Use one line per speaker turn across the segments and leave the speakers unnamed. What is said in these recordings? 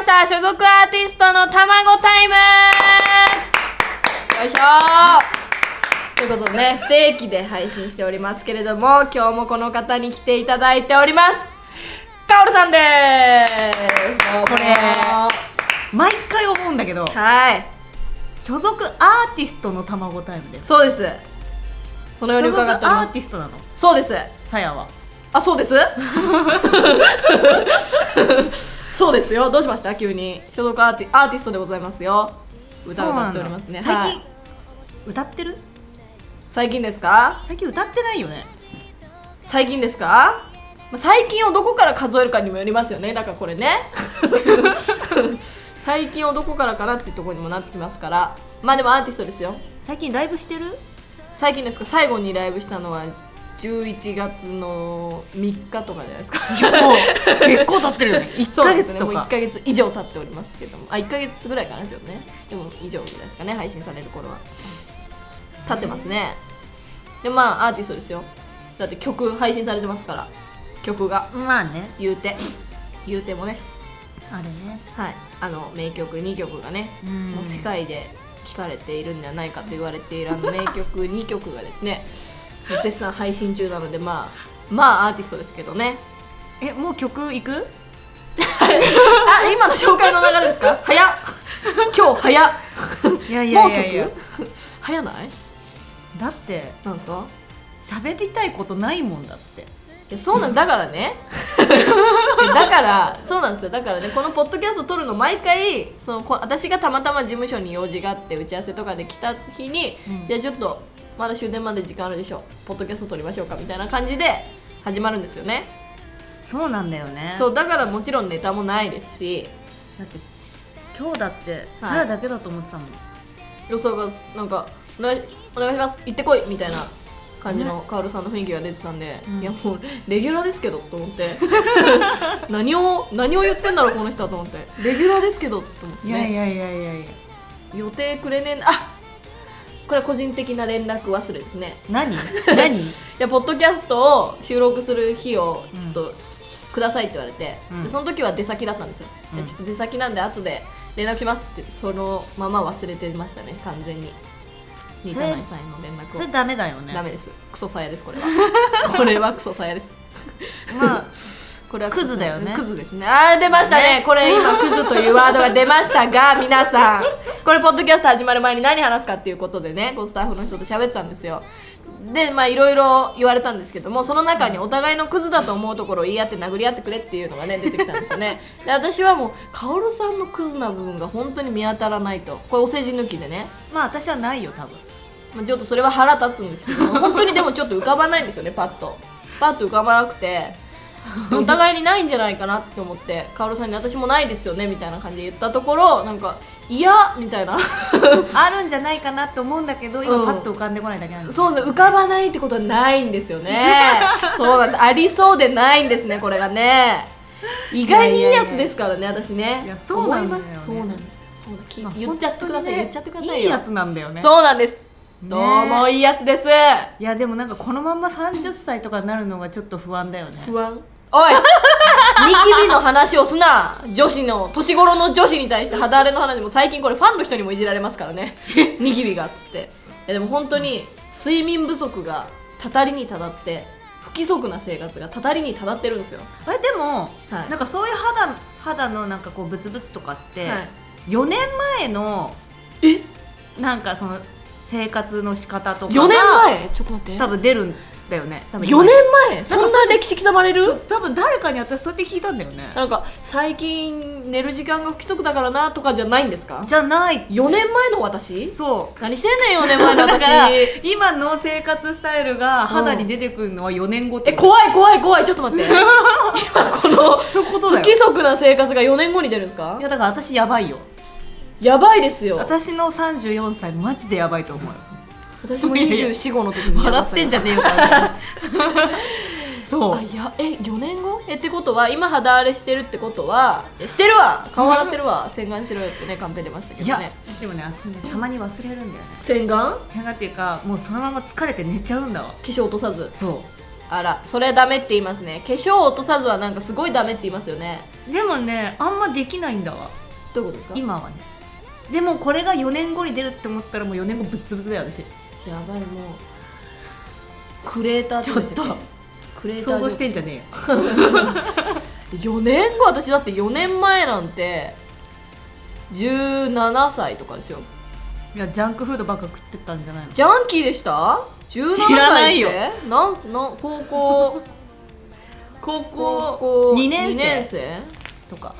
した所属アーティストの卵タイムよいしょーということでね不定期で配信しておりますけれども今日もこの方に来ていただいておりますカオルさんですどうも
これ毎回思うんだけど
はい
所属アーティストの卵タイムです
そうですそのように
所属
伺
ア
っておりま
ー
す
ティストなの
そうです
さやは
あそう ですそうですよどうしました急に所属アーティアーティストでございますよ歌を歌っておりますね
そうな
は
んだ最
い
近、歌ってる
最近ですか
最近歌ってないよね
最近ですかまあ最近をどこから数えるかにもよりますよねだからこれね最近をどこからかなっていうところにもなってきますからまあでもアーティストですよ
最近ライブしてる
最近ですか最後にライブしたのは11月の3日とかじゃないですか
いやもう結構経って るよね1
そう
ヶ
なんです
月
ね
と
もう
か
1ヶ月以上経っておりますけどもあ1ヶ月ぐらいかなちょっとねでも以上ぐらいですかね配信される頃は経ってますねでまあアーティストですよだって曲配信されてますから曲が
まあね
言うて言うてもね
あれね
はいあの名曲2曲がね
うん
もう世界で聴かれているんじゃないかと言われているあの名曲2曲がですね 絶賛配信中なのでまあまあアーティストですけど ね
えもう曲いく
あ今の紹介の流れですか早っ今日早っ
いやい
もう曲早ない
だって
なんですか
喋りたいことないもんだって
いやそうなんだから ねだからそうなんですよだからねこのポッドキャスト撮るの毎回そのこ私がたまたま事務所に用事があって打ち合わせとかで来た日に、
うん
じゃあちょっとまだ終電まで時間あるでしょポッドキャスト撮りましょうかみたいな感じで始まるんですよね
そうなんだよね
そうだからもちろんネタもないですし
だって今日だって
はい
さやだけだと思ってたもん、
予想がなんか「お願いお願いします行ってこい」みたいな感じのカオルさんの雰囲気が出てたんで、
うん
いやもうレギュラーですけどと思って 何を何を言ってんだろうこの人はと思ってレギュラーですけどと思って、
い
ね、
やいやいやいやいや
予定くれねえなあこれは個人的な連絡忘れですね
何何
いやポッドキャストを収録する日を
うん
ちょっとくださいって言われて、
うん
でその時は出先だったんですよ、
うん
いやちょっと出先なんで後で連絡しますってそのまま忘れてましたね完全に三
そ
田
れ
内さんへの連絡を
それダメだよね
ダメですクソさやですこれ はこれはクソさやです
まあ
これは
クズだよね
クズですねあー出ましたねこれ 今クズというワードが出ましたが皆さんこれポッドキャスト始まる前に何話すかっていうことでねこうスタッフの人と喋ってたんですよでまあいろいろ言われたんですけどもその中にお互いのクズだと思うところを言い合って殴り合ってくれっていうのがね出てきたんですよねで私はもう薫さんのクズな部分が本当に見当たらないとこれお世辞抜きでね
まあ私はないよ多分
まあ、ちょっとそれは腹立つんです けど本当にでもちょっと浮かばないんですよねパッとパッと浮かばなく てお互いにないんじゃないかなって思って薫さんに「私もないですよね」みたいな感じで言ったところなんか「いや」みた いな
あるんじゃないかなと思うんだけど
う
今
ん
パッと浮かんでこないだけなんです、
そうです浮かばないってことはないんですよ ねそうなんですありそうでないんですねこれがね意外にいいやつですからね私ね
いやそうなんだよ
思
ね
いますそうなんですよそうだき
まあ
言っちゃってくだ
本
さい
当にね
言っちゃってくださいよ
いいやつなんだよね
そうなんです、
ね
どうもいいやつです
いやでもなんかこのまんま30歳とかになるのがちょっと不安だよね
不安おい ニキビの話をすな女子の年頃の女子に対して肌荒れの話も最近これファンの人にもいじられますから ねニキビがっつっていやでも本当に睡眠不足がたたりにたたって不規則な生活がたたりにたたってるんですよ
あれでも、
はい
なんかそういう肌肌のなんかこうブツブツとかって、
は
4年前の
え
なんかその生活の仕方とか
4
が
年前ちょっと待って
多分出るんだよね多分
4年前そ
なんか
ん
そ
な歴史刻まれる
そう多分誰かに私そうやって聞いたんだよね
なんか最近寝る時間が不規則だからなとかじゃないんですか
じゃない
4年前の私
そう
何してんねん4年前の
だから
私
今の生活スタイルが肌に出てくるのは4年後って
え怖い怖い怖いちょっと待って今この
そういうこと
不
だよ
規則な生活が4年後に出るんですか
いやだから私やばいよ
やばいですよ
私の34歳マジでやばいと思うよ
私も
いやいや
24号の時に
笑ってんじ
ゃん
ゃねえよからねそう
あいやえ4年後えってことは今肌荒れしてるってことはいやしてるわ顔洗ってるわ洗顔しろよってねカンペ出ましたけ
い
ど
や
ね
でもね私ねたまに忘れるんだよね
洗顔化
洗顔っていうかもうそのまま疲れて寝ちゃうんだわ
粧落とさず
そ
あらそれダメって言いますね化粧を落とさずはなんかすごいダメって言いますよね
でもねあんまできないんだわ
どういうことですか
今はねでもこれが4年後に出るって思ったらもう4年後ぶっつぶつだよ私
やばいもうクレーターてことですよね
ちょっ
クレーター
想像してんじゃねえよ
4年後私だって4年前なんて17歳とかですよ
いやジャンクフードばっか食ってたんじゃないの
ジャンキーでした17歳って
知らないよ
なんすなん高 校
高
高
校2年生
二年生
とか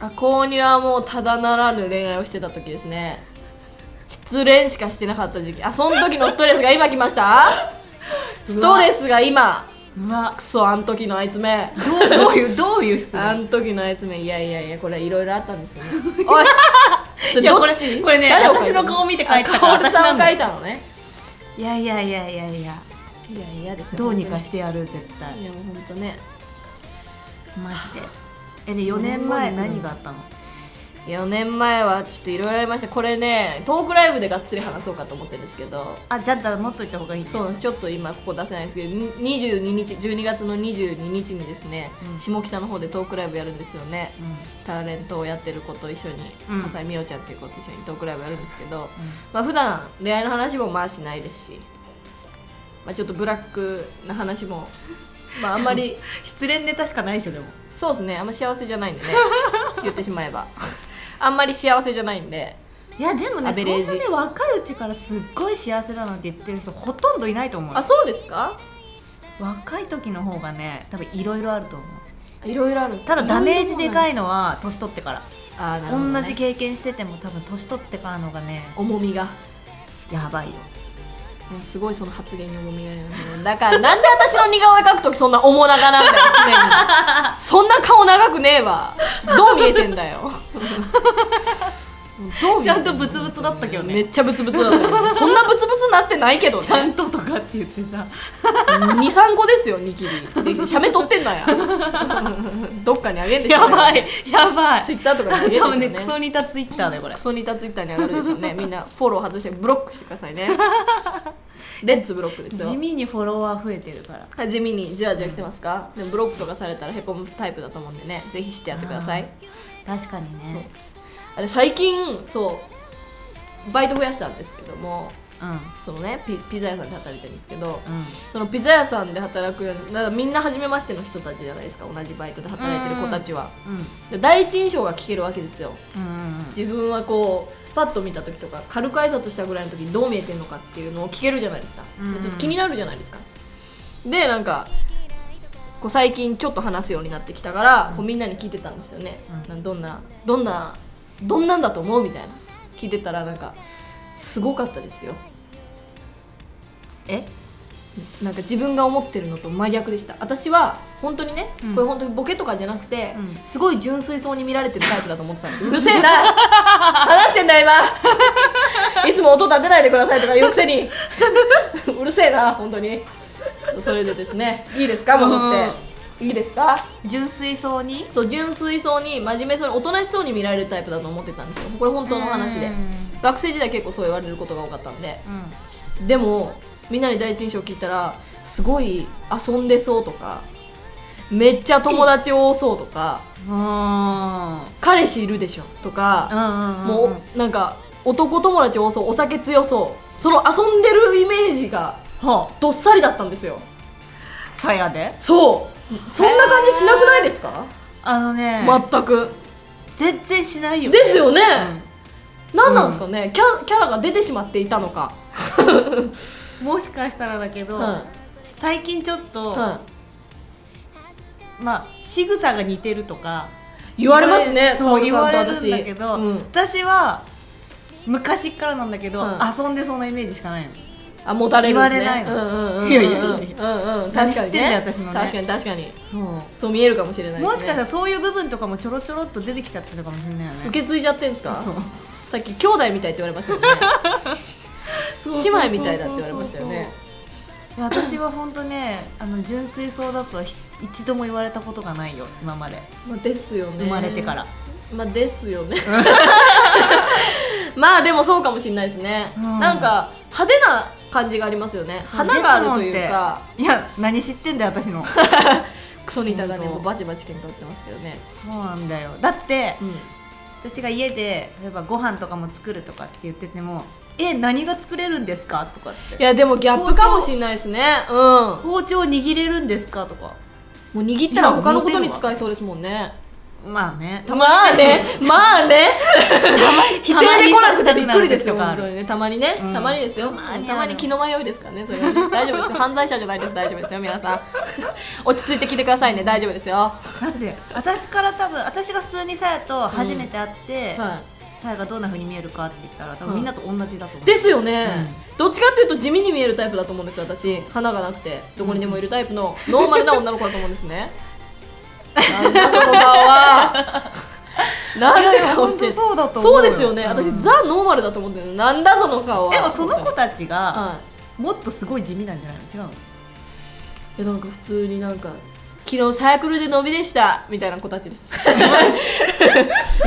あ購入はもうただならぬ恋愛をしてた時ですね失恋しかしてなかった時期あその時のストレスが今来ました ストレスが今
うわ
クソあん時のあいつめ
どう どういうどういう質
あ
問
ん時のあいつめいやいやいやこれいろいろあったんですよ ねおいそ
いや
どっち
これこれね
誰を描いた
私の顔見て描いてたから
あ薫さんを
私なんだ
描
よ
いたのね
いやいやいやいやいや
いやいやですよ
どうにかしててやる絶対
いやもうほんとね
マジでえね4年前
四年後
何があったの
4年前はちょっといろいろありましたこれねトークライブでがっつり話そうかと思ってるんですけど
あじゃあだもっといった方がいいね
そうなんですちょっと今ここ出せないんですけどに22日12月の22日にですね、
うん
下北の方でトークライブやるんですよね
うんうん
タレントをやってる子と一緒に
うん
葛西美桜ちゃんっていう子と一緒にトークライブやるんですけど、まあ普段恋愛の話もまあしないですし、まあ、ちょっとブラックな話も、まあ、あんま り
失恋ネタしかないでしょでも
そうですねあんま幸せじゃないんでね言ってしまえばあんまり幸せじゃないんで
いやでも
ア
ねそ
ベ
ん
レージ
なね若いうちからすっごい幸せだなんて言ってる人ほとんどいないと思うよ
あそうですか
若い時の方がね多分いろいろあると思う
いろいろあるんです
ただダメージでか
い
いのは年取ってから
あーなるほどね
同じ経験してても多分年取ってからのがね
重みが
やばいよ
もうすごいその発言に重みがありますねだからなんで私の似顔絵描く時そんな面長なんだよ常にそんな顔長くねえわどう見えてんだ よどう見えての
ちゃんとブツブツだったけどね
めっちゃブツブツだったけどそんなブツブツなってないけどね
ちゃんととかって言ってさ
23個ですよニキビ写メ撮ってんなやどっかにあげんでしょ
やば
ね
いやばい
ツイッターとかにあげるでし
多
ょう
分ね
ね
クソ似たツイッターだよこれ
クソ似たツイッターに上がるでしょうねみんなフォロー外してブロックしてくださいねレッツブロックですよ
地味にフォロワー増えてるから
地味にじわじわ来てますか、でもブロックとかされたらへこむタイプだと思うんでねぜひしてやってください
確かに
そう
ね
あれ最近そうバイト増やしたんですけども
うんうん
そのねピピザ屋さんで働いてるんですけど、そのピザ屋さんで働くようにだからみんな初めましての人たちじゃないですか同じバイトで働いてる子たちは、
うん
で第一印象が聞けるわけですよ
うんうん
自分はこうパッと見た時とか軽く挨拶したぐらいの時にどう見えてるのかっていうのを聞けるじゃないですか、
うん
でちょっと気になるじゃないですかでなんかこう最近ちょっと話すようになってきたから、こうみんなに聞いてたんですよね、
うん
なんかどんなどんなどんなんだと思うみたいな聞いてたらなんかすごかったですよ
え
なんか自分が思ってるのと真逆でした私は本当にね、
うん
これ本当にボケとかじゃなくて、
うん
すごい純粋そうに見られてるタイプだと思ってたんですうるせえな話してんだよ今いつも音立てないでくださいとか言うくせにうるせえな本当にそれでですねいいですか戻っていいですか
純粋そうに
そう純粋そうに真面目そうにおとなしそうに見られるタイプだと思ってたんですよこれ本当の話で
うん
学生時代結構そう言われることが多かったんで
うん
でもみんなに第一印象聞いたらすごい遊んでそうとかめっちゃ友達多そうとか
うん
彼氏いるでしょとか、
も
もうなんか男友達多そうお酒強そうその遊んでるイメージが
は
どっさりだったんですよ
あさやで
そうそんな感じしなくないですか、
あのね、
全く
全然しないよ
ですよね、
うん
何なんですかね、キャキャラが出てしまっていたのか、
もしかしたらだけど、
は
最近ちょっと、
いはい
まあ仕草が似てるとか
言われますね
そう言
薫さ
わ
んと
れる
私
んだけど、
うん
私は昔っからなんだけど、
は
遊んでそうなイメージしかないの
あもたれるんですね
言われない
う
の
んうんうんうん
いやいやいやい
うんうん
何
確
知
か
って
に
んだよ
ね
私のね
確かに確かに
そう
そう見えるかもしれないですね
もしかしたらそういう部分とかもちょろちょろっと出てきちゃってるかもしれないよね
受け継いじゃってんすか
そう
さっき兄弟みたいって言われましたよね姉妹みたいだって言われましたよね
いや私は本当ねあの純粋そうだとはひ一度も言われたことがないよ今まで
まあですよね
生まれてから、
まあですよ ねまあでもそうかもしれないですね
うん
なんか派手な感じがありますよね花があるというか
いや何知ってんだよ私の
クソニタがね
本当
もうバチバチ喧嘩売ってますけどね、
そうなんだよだって
うん、
私が家で例えばご飯とかも作るとかって言ってても「え何が作れるんですか?」とかっ
い
て
やでもギャップかもしれないですねうん
「包丁握れるんですか?」とか
もう握ったら他のことに使えそうですもんね
まあね
まあ ねまあね否定で来なくてびっくりですよ
たま
本
に
当にねたまにね、
うん
たまにですよ
たまにある
たまに気の迷いですからねそれはね大丈夫ですよ犯罪者じゃないです大丈夫ですよ皆 さん落ち着いて聞いてくださいね大丈夫ですよは
だって私から多分私が普通にさやと初めて会って、さやがどんな風に見えるかって言ったら多
う
分
ん
みんなと同じだと思う、
いですよね、どっちかっていうと地味に見えるタイプだと思うんですよ私花がなくてどこにでもいるタイプのノーマルな女の子だと思うんですねなんだその顔は なんて顔して
いや本当そうだと思う
そう
よ
ですよね、
うん
私ザ・ノーマルだと思ってるなんだその顔は
でもその子たちが
は
もっとすごい地味なんじゃないの違うの
いいやなんか普通になんか昨日サークルで伸びでしたみたいな子たち です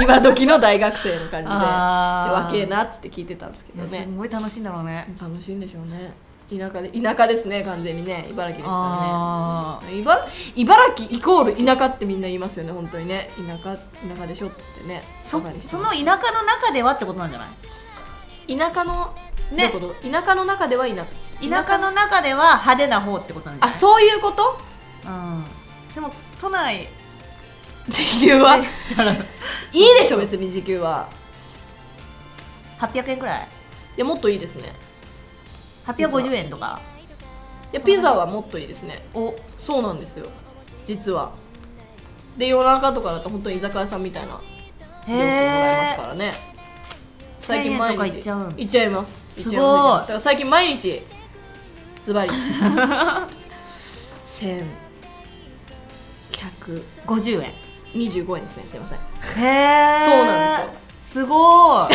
今時の大学生の感じでで
あ
若えなっつって聞いてたんですけ
い
ど
やす
ね
ごい楽しいんだろうね
楽しいんでしょうね田舎で田舎ですね完全にね茨城ですか
あ
らね茨茨城イコール田舎ってみんな言いますよね本当にね田舎田舎でしょっつってね
ーそ
バカにして
そ
ま
の田舎の中ではってことなんじゃない
す田舎の
ね
どういうこと田舎の中では田舎
田舎の中では派手な方ってことなんじゃ
あ
ない
そういうこと
うんでも 都内
時給はいいでしょ別に時給は
800円くらい
いやもっといいですね
850円とか
いやピザはもっといいですね
お
そうなんですよ実はで夜中とかだと本当に居酒屋さんみたいな料金もらえます
へ
か
え
らね
1000円とか行っちゃうん
行っちゃいます
すごい
行っちゃまだから最近毎日ズ バリ1125
50円
円ですねすいません
へえ
そうなんです
よ すごい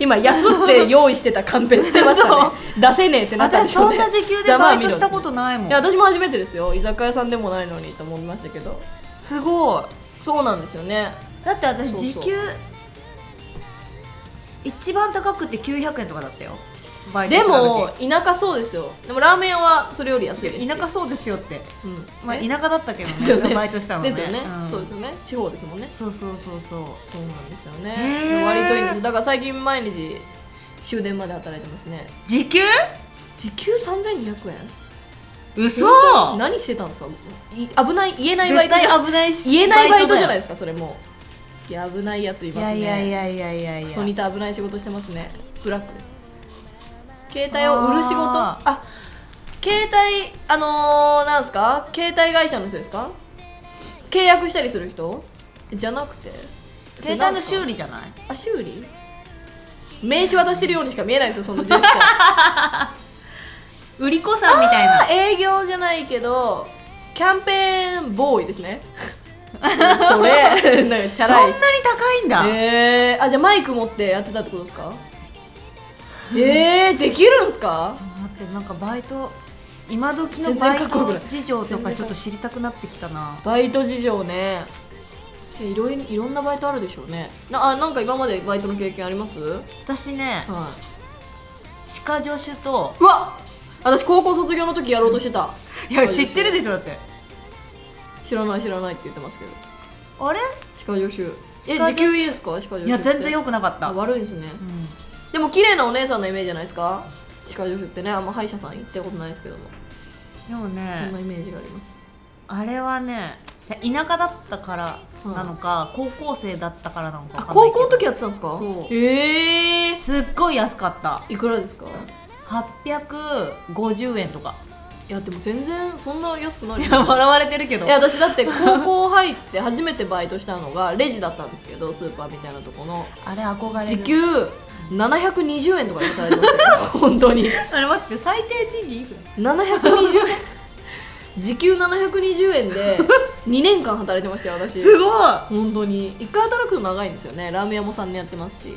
今安って用意してたカンペ捨てま したね出せねえってなったん
私
でしょ
そ
うんね
な時給でバイトしたことないもん
いや私も初めてですよ居酒屋さんでもないのにと思いましたけど
すごい
そうなんですよね
だって私
そうそう
時給一番高くて900円とかだったよバイト
で
した時
も田舎そうですよでもラーメン屋はそれより安いですし
いや田舎、そうですよって
うん
まあ
ね
田舎だったけど
すよね
ねバイトしたのね
ですよね、
ん
そうですよね地方ですもんね
そうそうそうそう
そうなんですよ
へ
ね
ー
でも割といいんですだから最近毎日終電まで働いてますね
時給
時給3200円
嘘
何してたんですかい危ない言えないバイ
絶
トじゃ
対危ないし
言えないバイトじゃない
い
ですかそれもういや危ないやついます
や
ね
いやいやいやいやい
ク
や
ソニタ危ない仕事してますねブラックです携帯を売る仕事あ
あ
携帯あのー、なんですか携帯会社の人ですか契約したりする人じゃなくて
携帯の修
理
理じゃない
あ修理名刺渡してるようにしか見えないですよそのジェスチャ
売り子さんみたい
ー
な
営業じゃないけどキャンペーンボーイです ねそれなんかチ
そ
ャ
んな
ラい
に高いんだ、
えー、あじゃあマイク持ってやってたってことですかえー、できるんすか
ちょっと待ってなんかバイト今時の
全然
バ
か
イ
っこよくない
ト事情とかちょっと知りたくなってきたな
バイト事情ねいやいろいろいろんなバイトあるでしょうねなあなんか今までバイトの経験あります、はい、
私ね歯科助手と
うわ私高校卒業の時やろうとしてた
い
や知ってる
でしょだって
知らない知らないって言ってますけど
あれ
歯科助手え
歯科助手
時給いいですか歯科助手
いや全然良
く
くなかった、
あ
うん、
悪いですねでも綺麗なお姉さんのイメージじゃないですか歯科助手ってねあんま歯医者さん行ったことないですけども
でも
そ
ね
んなイメージがあります
あれはねじゃ田舎だったからなのか、高校生だったからなのか
あ
わかんない
高
けど
校の時やってたんですか
そう
ええ
すっごい安かった
いくらですか
850円とか
いやでも全然そんな安くないですよ
笑われてるけど
いや私だって高校入って初めてバイトしたのがレジだったんですけどスーパーみたいなとこの
あれ憧れる
時給720円とかで働いてました よ本当に
あれ待って最低賃金いくら
720円時給720円で2年間働いてましたよ私
すごい
本当に1回働くと長いんですよねラーメン屋も3年やってますし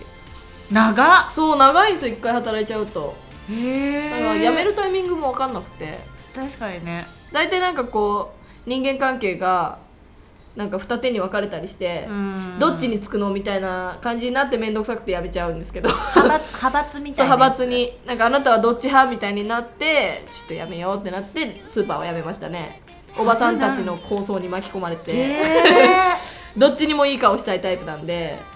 長っ
そう長いんですよ1回働いちゃうと
へ
だから
え
辞めるタイミングも分かんなくて
確かにね
大体なんかこう人間関係がなんか二手に分かれたりして、
うん
どっちにつくのみたいな感じになって面倒くさくてやめちゃうんですけど
派閥派閥み
そ
た
う
い な
派閥になんかあなたはどっち派みたいになってちょっとやめようってなってスーパーをやめましたねおばさんたちの構想に巻き込まれ
へ
て
え
どっちにもいい顔したいタイプなんで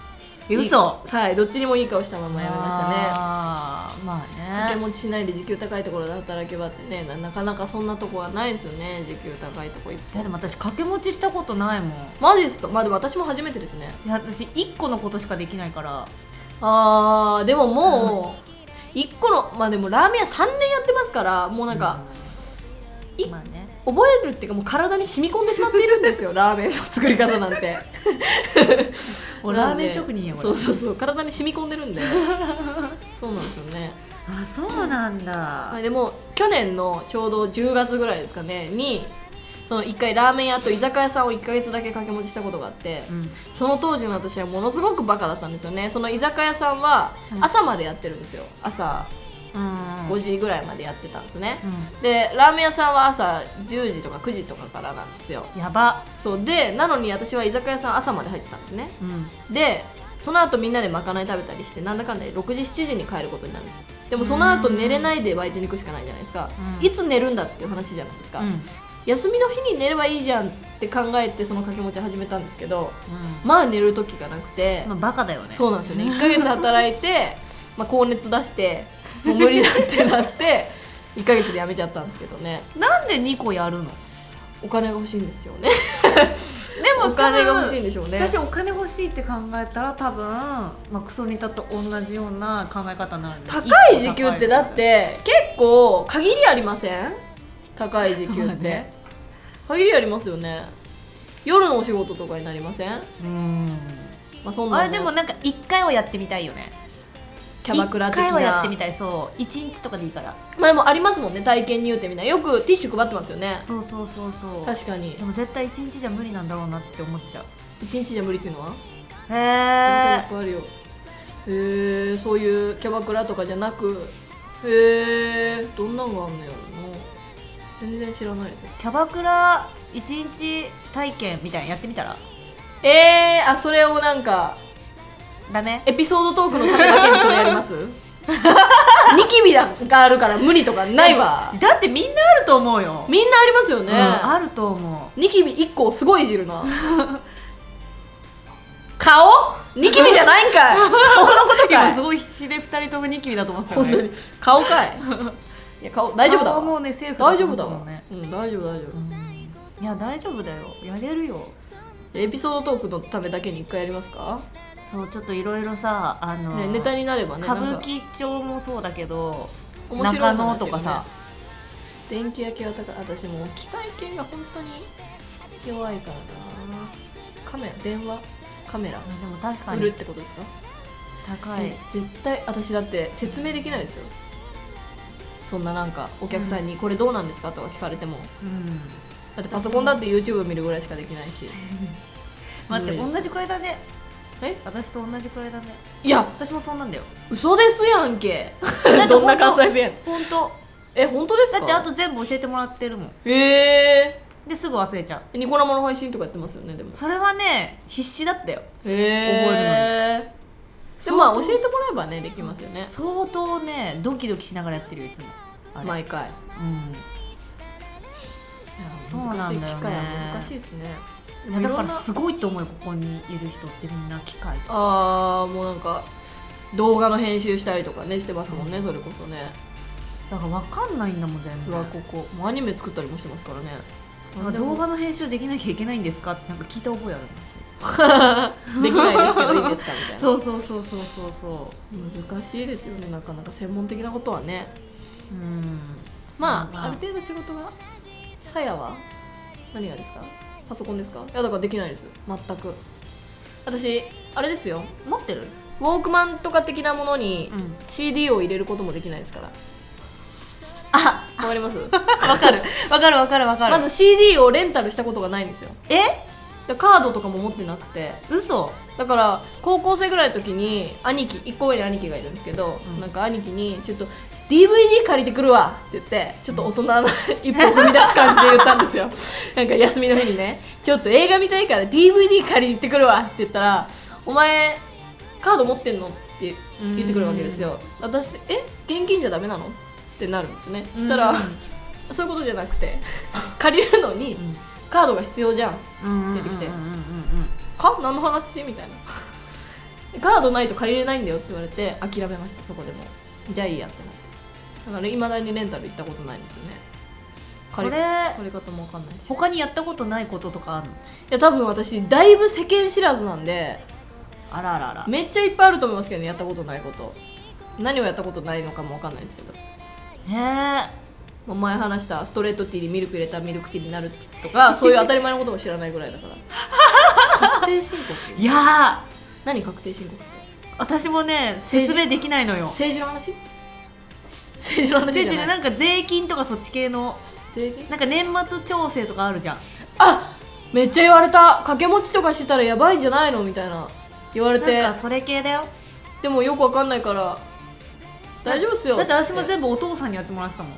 ー、嘘
はいどっちにもいい顔したままやめましたね
あーまあ
掛け
ね
持ちしないで時給高いところで働けばってねななかなかそんなとこはないですよね時給高いとこ一
いやで
本
も私掛け持ちしたことないもん
マジですかまあでも私も初めてですね
いや私1個のことしかできないから
あーでももう1個のまあでもラーメン屋3年やってますからもうなんかい
まあね
覚えるっていうかもう体に染み込んでしまっているんです よラーメンの作り方なんて
俺ラーメン職人や
こ
こ
れ
れ
そうそうそう体に染み込んで るんでそうなんですよね
あそうなんだ、
はいでも去年のちょうど10月ぐらいですかねにその1回ラーメン屋と居酒屋さんを1ヶ月だけ掛け持ちしたことがあって、
うん
その当時の私はものすごくバカだったんですよねその居酒屋さんは
うん
朝までやってるんですよ朝
うん
5時ぐらいまでやってたんですね、
う
でラーメン屋さんは朝10時とか9時とかからなんですよ
んやば、
そうでなのに私は居酒屋さん朝まで入ってたんですね
うん、
でその後みんなでまかない食べたりしてなんだかんだで6時7時に帰ることになるんですよでもその後
うん
寝れないでバイトに行くしかないじゃないですか、
うん
いつ寝るんだっていう話じゃないですか、休みの日に寝ればいいじゃんって考えてその掛け持ち始めたんですけどまあ寝る時がなくて、
まあバカだよね
そうなんですよね1ヶ月働いて、まあ、高熱出してもう無理だってなって1ヶ 月で辞めちゃったんですけどね
なんで2個やるので
お金が欲しいんですよね
も
お金が欲しいんでしょうね
私お金欲しいって考えたら多分、まあ、クソニタと同じような考え方になるんだよ
高い時給ってだって結構限りありません高い時給
ま
っ
あ
て
ね
限りありますよね夜のお仕事とかになりません、
うん
まあ、そんな
あ
ん
れでもなんか1回はやってみたいよね
キャバクラ的
1回はや
な
ってみたいそう1日とかでいいから
まあでもありますもんね体験入店みたいなよくティッシュ配ってますよね
そうそうそうそう
確かに
でも絶対1日じゃ無理なんだろうなって思っちゃう
1日じゃ無理っていうのは
へえ
あるよへえー、そういうキャバクラとかじゃなくへえー、どんなんがあんのやろな全然知らないです
キャバクラ1日体験みたいなのやってみたら
えー、あそれをなんか
ダメ
エピソードトークのためだけにそれやります ニキビがあるから無理とかないわ
だってみんなあると思うよ、
みんなありますよ
う
ね
ん、、あると思
ニキビ1個をすごいいじる な顔ニキビじゃないんか い顔のこと
う
かい
ごい必死で2人ともニキビだと思って
本当に顔かいいや顔大丈夫だわ
もうねセーフ
大丈夫だ
も
わ、
んね
うん大丈夫大丈夫、
いや大丈夫だよやれるよ
エピソードトークのためだけに一回やりますか、
そうちょっといろいろさあの、
ね、ネタになればね
歌
な
舞
んか
伎町もそうだけど
面白い話
中野とかさ
よね電気焼きは高い私もう機械系が本当に弱いからなカメラ電話カメラ
でも確か
売るっ
に
てことですか、
高い
え絶対私だって説明できないですよそんななんかお客さんに「これどうなんですか?」とか聞かれても
うん
だってパソコンだって YouTube 見るぐらいしかできないし
待って
無理で
同じくらいだね
え
私と同じくらいだね
いや
私もそんなんだよ
嘘ですやん け
だっ て
どん
本
な
当
関西弁
本当
え本当ですか
だってあと全部教えてもらってるもん
へえ
ですぐ忘れちゃう
ニコ生の配信とかやってますよねでも
それはね必死だったよ
へえでもまあ教えてもらえばねできますよね
相当ねドキドキしながらやってるよいつもあれ、
毎回
うんそうなんだ
難しい
よね
機会は難しいですね
いやだから
い
すごいと思うよここにいる人ってみんな機械
ろんなああもうなんか動画の編集したりとかねしてますもんねそれこそね
だから分かんないんだもん全
う
部
わここもうアニメ作ったりもしてますからね
なんか動画の編集できなきゃいけないんですかってなんか聞いた覚えあるんですよ
できないですけどいいですかみたいな
そうそうそうそうそうそ
難しいですよねなかなか専門的なことはね
ううん
ま
ま
あ
あ
ある程度仕事がさやは何がですかパソコンですかいやだからできないです全く私あれですよ
持ってる
ウォークマンとか的なものに
うん
CD を入れることもできないですから
あ
わかります
分かる分かる分かる分か
まず CD をレンタルしたことがないんですよ
え
でカードとかも持ってなくて
嘘
だから高校生ぐらいの時に兄貴1個上に兄貴がいるんですけど、
うん
なんか兄貴にちょっと DVD 借りてくるわって言ってちょっと大人の 一歩踏み出す感じで言ったんですよなんか休みの日にねちょっと映画見たいから DVD 借りに行ってくるわって言ったらお前カード持ってんのって言ってくるわけですよ私え現金じゃダメなのってなるんですよねそしたら、そういうことじゃなくて借りるのに
ん
カードが必要じゃん
出
出てきて
うんうんうん
か何の話みたいなカードないと借りれないんだよって言われて諦めましたそこでもじゃあいいやってなってだからいまだにレンタル行ったことないんですよね
そ
借り
れ
借り方も分かんないしい
他にやったことないこととかあるの
や多分私だいぶ世間知らずなんで
あらあらあら
めっちゃいっぱいあると思いますけどねやったことないこと何をやったことないのかも分かんないですけど
へ
まあ前話したストレートティーにミルク入れたミルクティーになるとかそういう当たり前のことも知らないぐらいだから確定 申告
えいやー
何確定申告って
私もね説明できないのよ
政治の話政治の話じ
違う
ゃない
違うなんか税金とかそっち系の
税金
なんか年末調整とかあるじゃん
あめっちゃ言われた掛け持ちとかしてたらやばいんじゃないのみたいな言われて
なんかそれ系だよ
でもよくわかんないから大丈夫っすよ
だって私も
って
全部お父さんにやってもらってたもん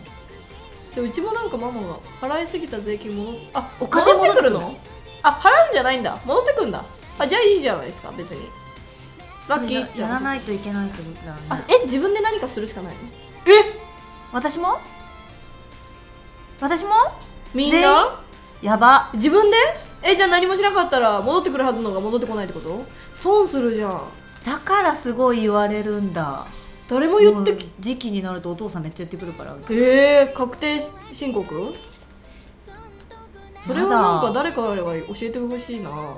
でうちもなんかママが払いすぎた税金戻っあ
お金
戻ってくる
戻っ
のあ払うんじゃないんだ戻ってくんだあじゃあいいじゃないですか別にラッキーって
やら
い
ないといけないってことだよ
あ
ね
え自分で何かするしかないの
私も私も
みん
全員
な
やば
自分でえじゃあ何もしなかったら戻ってくるはずのが戻ってこないってこと損するじゃん
だからすごい言われるんだ
誰も言ってき
もう時期になるとお父さんめっちゃ言ってくるから
えー、確定申告それはなんか誰からが教えてほしいな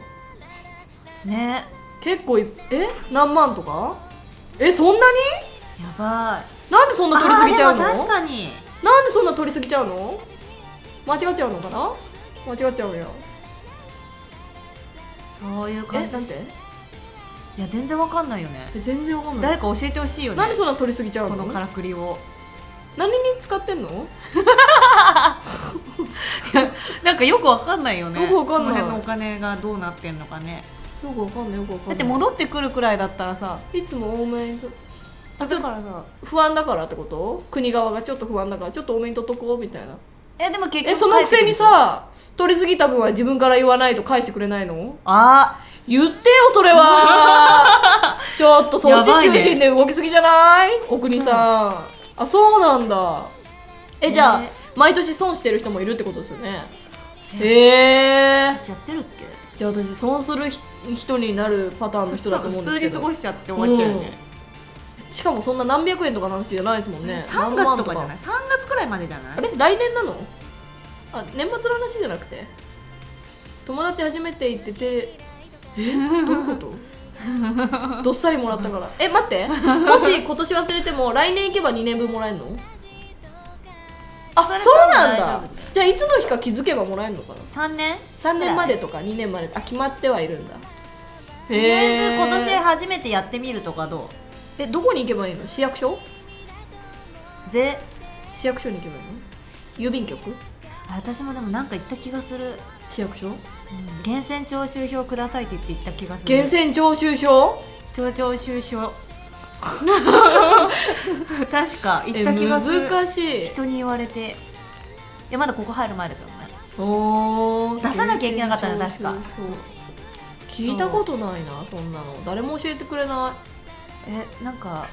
ね
結構いえ何万とかえそんなに
やばい
なんでそんな取りすぎちゃうの
あーでも確
な
かに
んでそんな取りすぎちゃうの間違っちゃうのかな間違っちゃうよ
そういう感
え
じ
なんて
いや全然わかんないよね
え全然わかんない
誰か教えてほしいよね
なんでそんな取りすぎちゃう
こ
の
のからくりを
何に使ってんの
なんかよくわかんないよね
よくわかんない
その辺のお金がどうなってんのかね
よくわかんないよくわかん
だ
な
っ
い
て戻ってくるくらいだったらさ
いつも多めにとあちょっと
らさ
不安だからってこと国側がちょっと不安だからちょっと多めに取っとこうみたいな
えでも結局
えそのくせに
返ってくる
さ取り過ぎた分は自分から言わないと返してくれないの
あ
言ってよそれ はちょっとそっち
やばい
中心
ね
で動きすぎじゃないお国さん、あそうなんだえじゃあ、
ね
毎年損してる人もいるってことですよねへえ
私やってるっけ
じゃあ私損するひ人になるパターンの人だと思うんで
普
す
通
け
に
ど
過ごしちゃって終わっちゃうよね、
しかもそんな何百円とかの話じゃないですもんね
3
何万
月とかじゃない3月くらいまでじゃない
あれ来年なのあ年末の話じゃなくて友達初めて行っててえどういうこと どっさりもらったからえ待ってもし今年忘れても来年行けば2年分もらえるのあそ
それ
うなん
多
だ
分大丈夫だよ
じゃあいつの日か気づけばもらえるのかな
3年
3年までとか2年まであ決まってはいるんだ
とりあえず今年
へー
初めてやってみるとかど
えどこに行けばいいの市役所
うぜ
市役所に行けばいいの郵便局
あ私もでもなんか言った気がする、
市役所
源泉徴収票くださいって言って言った気がする
源泉徴収票
徴徴収 票確か言った気がする
え難しい
人に言われていやまだここ入る前だけどね
おー
出さなきゃいけなかったね確か
聞いたことないなそんなの誰も教えてくれな
えなんか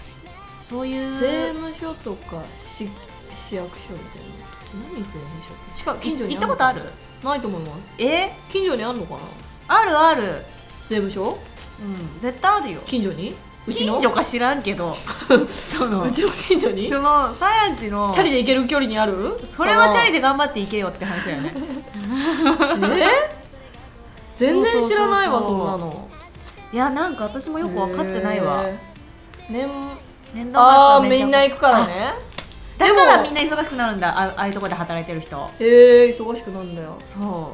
そうい
い税
う
務署とか市市役所みたいな何税務署って近く近所に
行ったことあ
る
る
ないと思います
え
近所にあるのかな
あるある
税務署
うん絶対あるよ
近所にうちの
近所か知らんけど その
うちの近所にチ
そのサヤンチの
ャリで行ける距離にある
それはチャリ
で
で頑張っていけよって話だよね
え全然知らないわ
そう
そ
そ
ん
うそうそう
なの
いやなんか私もよく分かってないわ
へー年
年度末
あ
は
あみんな行くから
あ
ね
だからみん
な
な忙しくなるんだあああいうとこで働いてる人
え忙しくなんだよ
そ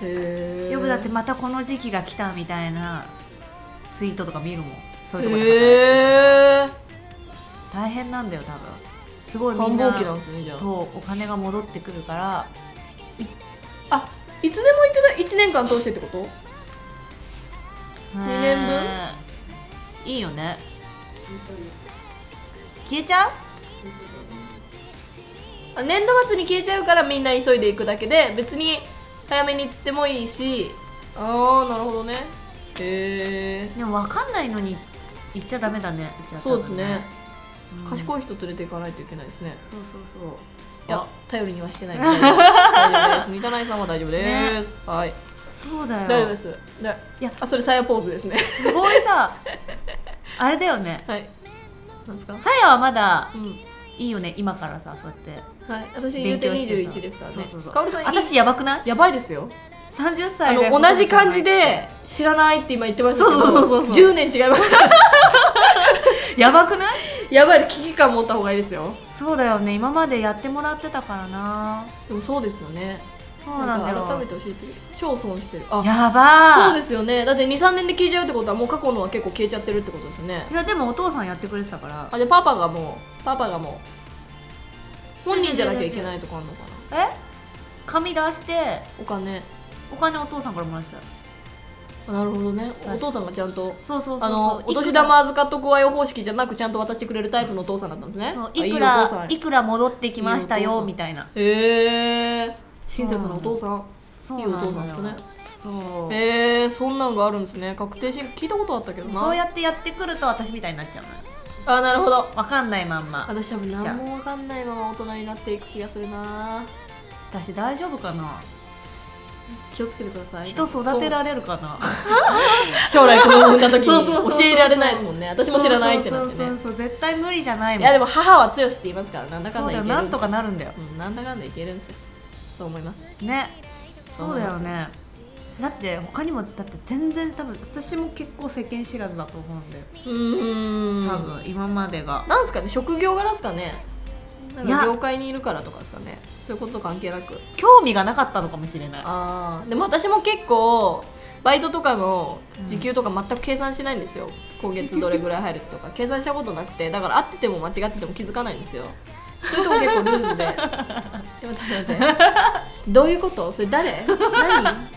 へ
う
え
よくだってまたこの時期が来たみたいなツイートとか見るもんそういうとこで働いてる
へえ
人大変なんだよ多分すごいみ
繁
んな
忙期なんですねじゃあ
そうお金が戻ってくるから
あいつでも行ってた1年間通してってこと二年分
ねえいいよね消えちゃう
あ年度末に消えちゃうからみんな急いでいくだけで別に早めに行ってもいいしああなるほどねへえ
でも分かんないのに行っちゃダメだねちは
そうですね
多分ねうん
賢い人連れて行かないといけないですね
そうそうそう
いや
あ
頼りにはしてない大 丈夫です三田内さんは大丈夫です、
ね
はい
そうだよ
大丈夫ですで
いや
あそれさやポーズですね
すごいさあれだ よね
はいなんですか
さやはまだ
うん
いいよね今からさそうやって
はい私言う
勉
て
強して
21ですからね
そうそうそう
かおりさん
私やばくない
やばいですよ
30
あ
歳で
の同じ感じで知らないって今言ってましたけど
そうそうそうそう
10年違います
やばくない
やばい危機感持った方がいいですよ
そうだよね今までやってもらってたからな
でもそうですよね
そうなんだよ
か改めて教えて超損してるあ
やば
そ
ー
うですよねだって23年で消えちゃうってことはもう過去のは結構消えちゃってるってことですよね
いやでもお父さんやってくれてたから
あじゃあパパがもうパパがもう本人じゃなきゃいけないとかあんのかな
え紙出して
お金
お金お父さんからもらってた
あなるほどね
かに
お父さんがちゃんと
そうそうそうそう
あのお年玉預かっとくわよ方式じゃなくちゃんと渡してくれるタイプのお父さんだったんですね
そう
あ
いく
お父さ
ら
ん
いくら戻ってきました
いいお父
よ
さん
みたいな
へえ親切なお父さん
そ
いいお父さんですね
そう、
へえそんなんがあるんですね確定申告聞いたことあったけどな
そうやってやってくると私みたいになっちゃうのよ
あなるほど
わかんないまんま
私多分何もわかんないまま大人になっていく気がするな
私大丈夫かな
気をつけてください
人育てられるかな
そう将来子供産んだ時
そうそうそう
に
そう
教えられないですもんね私も知らないってなって
そうそう
ね
そうそう絶対無理じゃないも
い
ん
やでも母は強しって言いますからなんだかん
そう
だい
だ
ける
よなんとかなるんだよ
うんなんだかんだいけるんですよそう思います
ねそうだよ
そう
ねだって他にもだって全然多分私も結構世間知らずだと思うんで
うーん
多分今までが、
なんですかね職業柄ですかねなん
いや
か業界にいるからとかですかねそういうこと関係なく
興味がなかったのかもしれない
あーでも私も結構バイトとかの時給とか全く計算しないんですよ、今月どれぐらい入ると か計算したことなくてだから合ってても間違ってても気づかないんですよそういうとこ結構ルーズ ででも待って待ってどういうことそれ誰何なん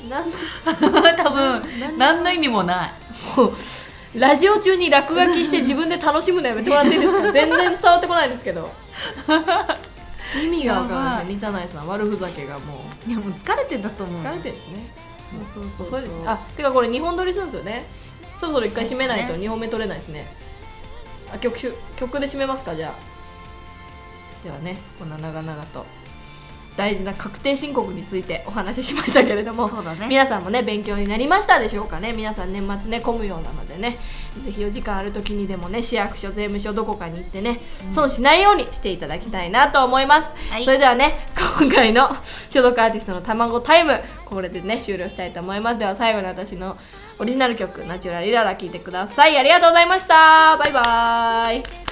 多分
なん
何の意味もない
ラジオ中に落書きして自分で楽しむのやめてもらっていいです か全然伝わってこないですけ ど意味がわからな
や
い
ば
三田内さん悪ふざけがもう
いやもう疲れてんだと思う
疲れてるんですね、
そうそう
遅
そう
いです
そう
あてかこれ2本撮りするんですよねそろそろ1回締めない
そ
と
う
2本目撮れないですねあ曲しゅ曲で締めますかじゃあではねこんな長々と大事な確定申告についてお話ししましたけれども
そうだね
皆さんもね勉強になりましたでしょうかね皆さん年末ね混むようなのでねぜひお時間ある時にでもね市役所税務署どこかに行ってね、損しないようにしていただきたいなと思います、
はい
それではね今回の所属アーティストの卵タイムこれでね終了したいと思いますでは最後に私のオリジナル曲「ナチュラリララ」聴いてくださいありがとうございましたバイバイ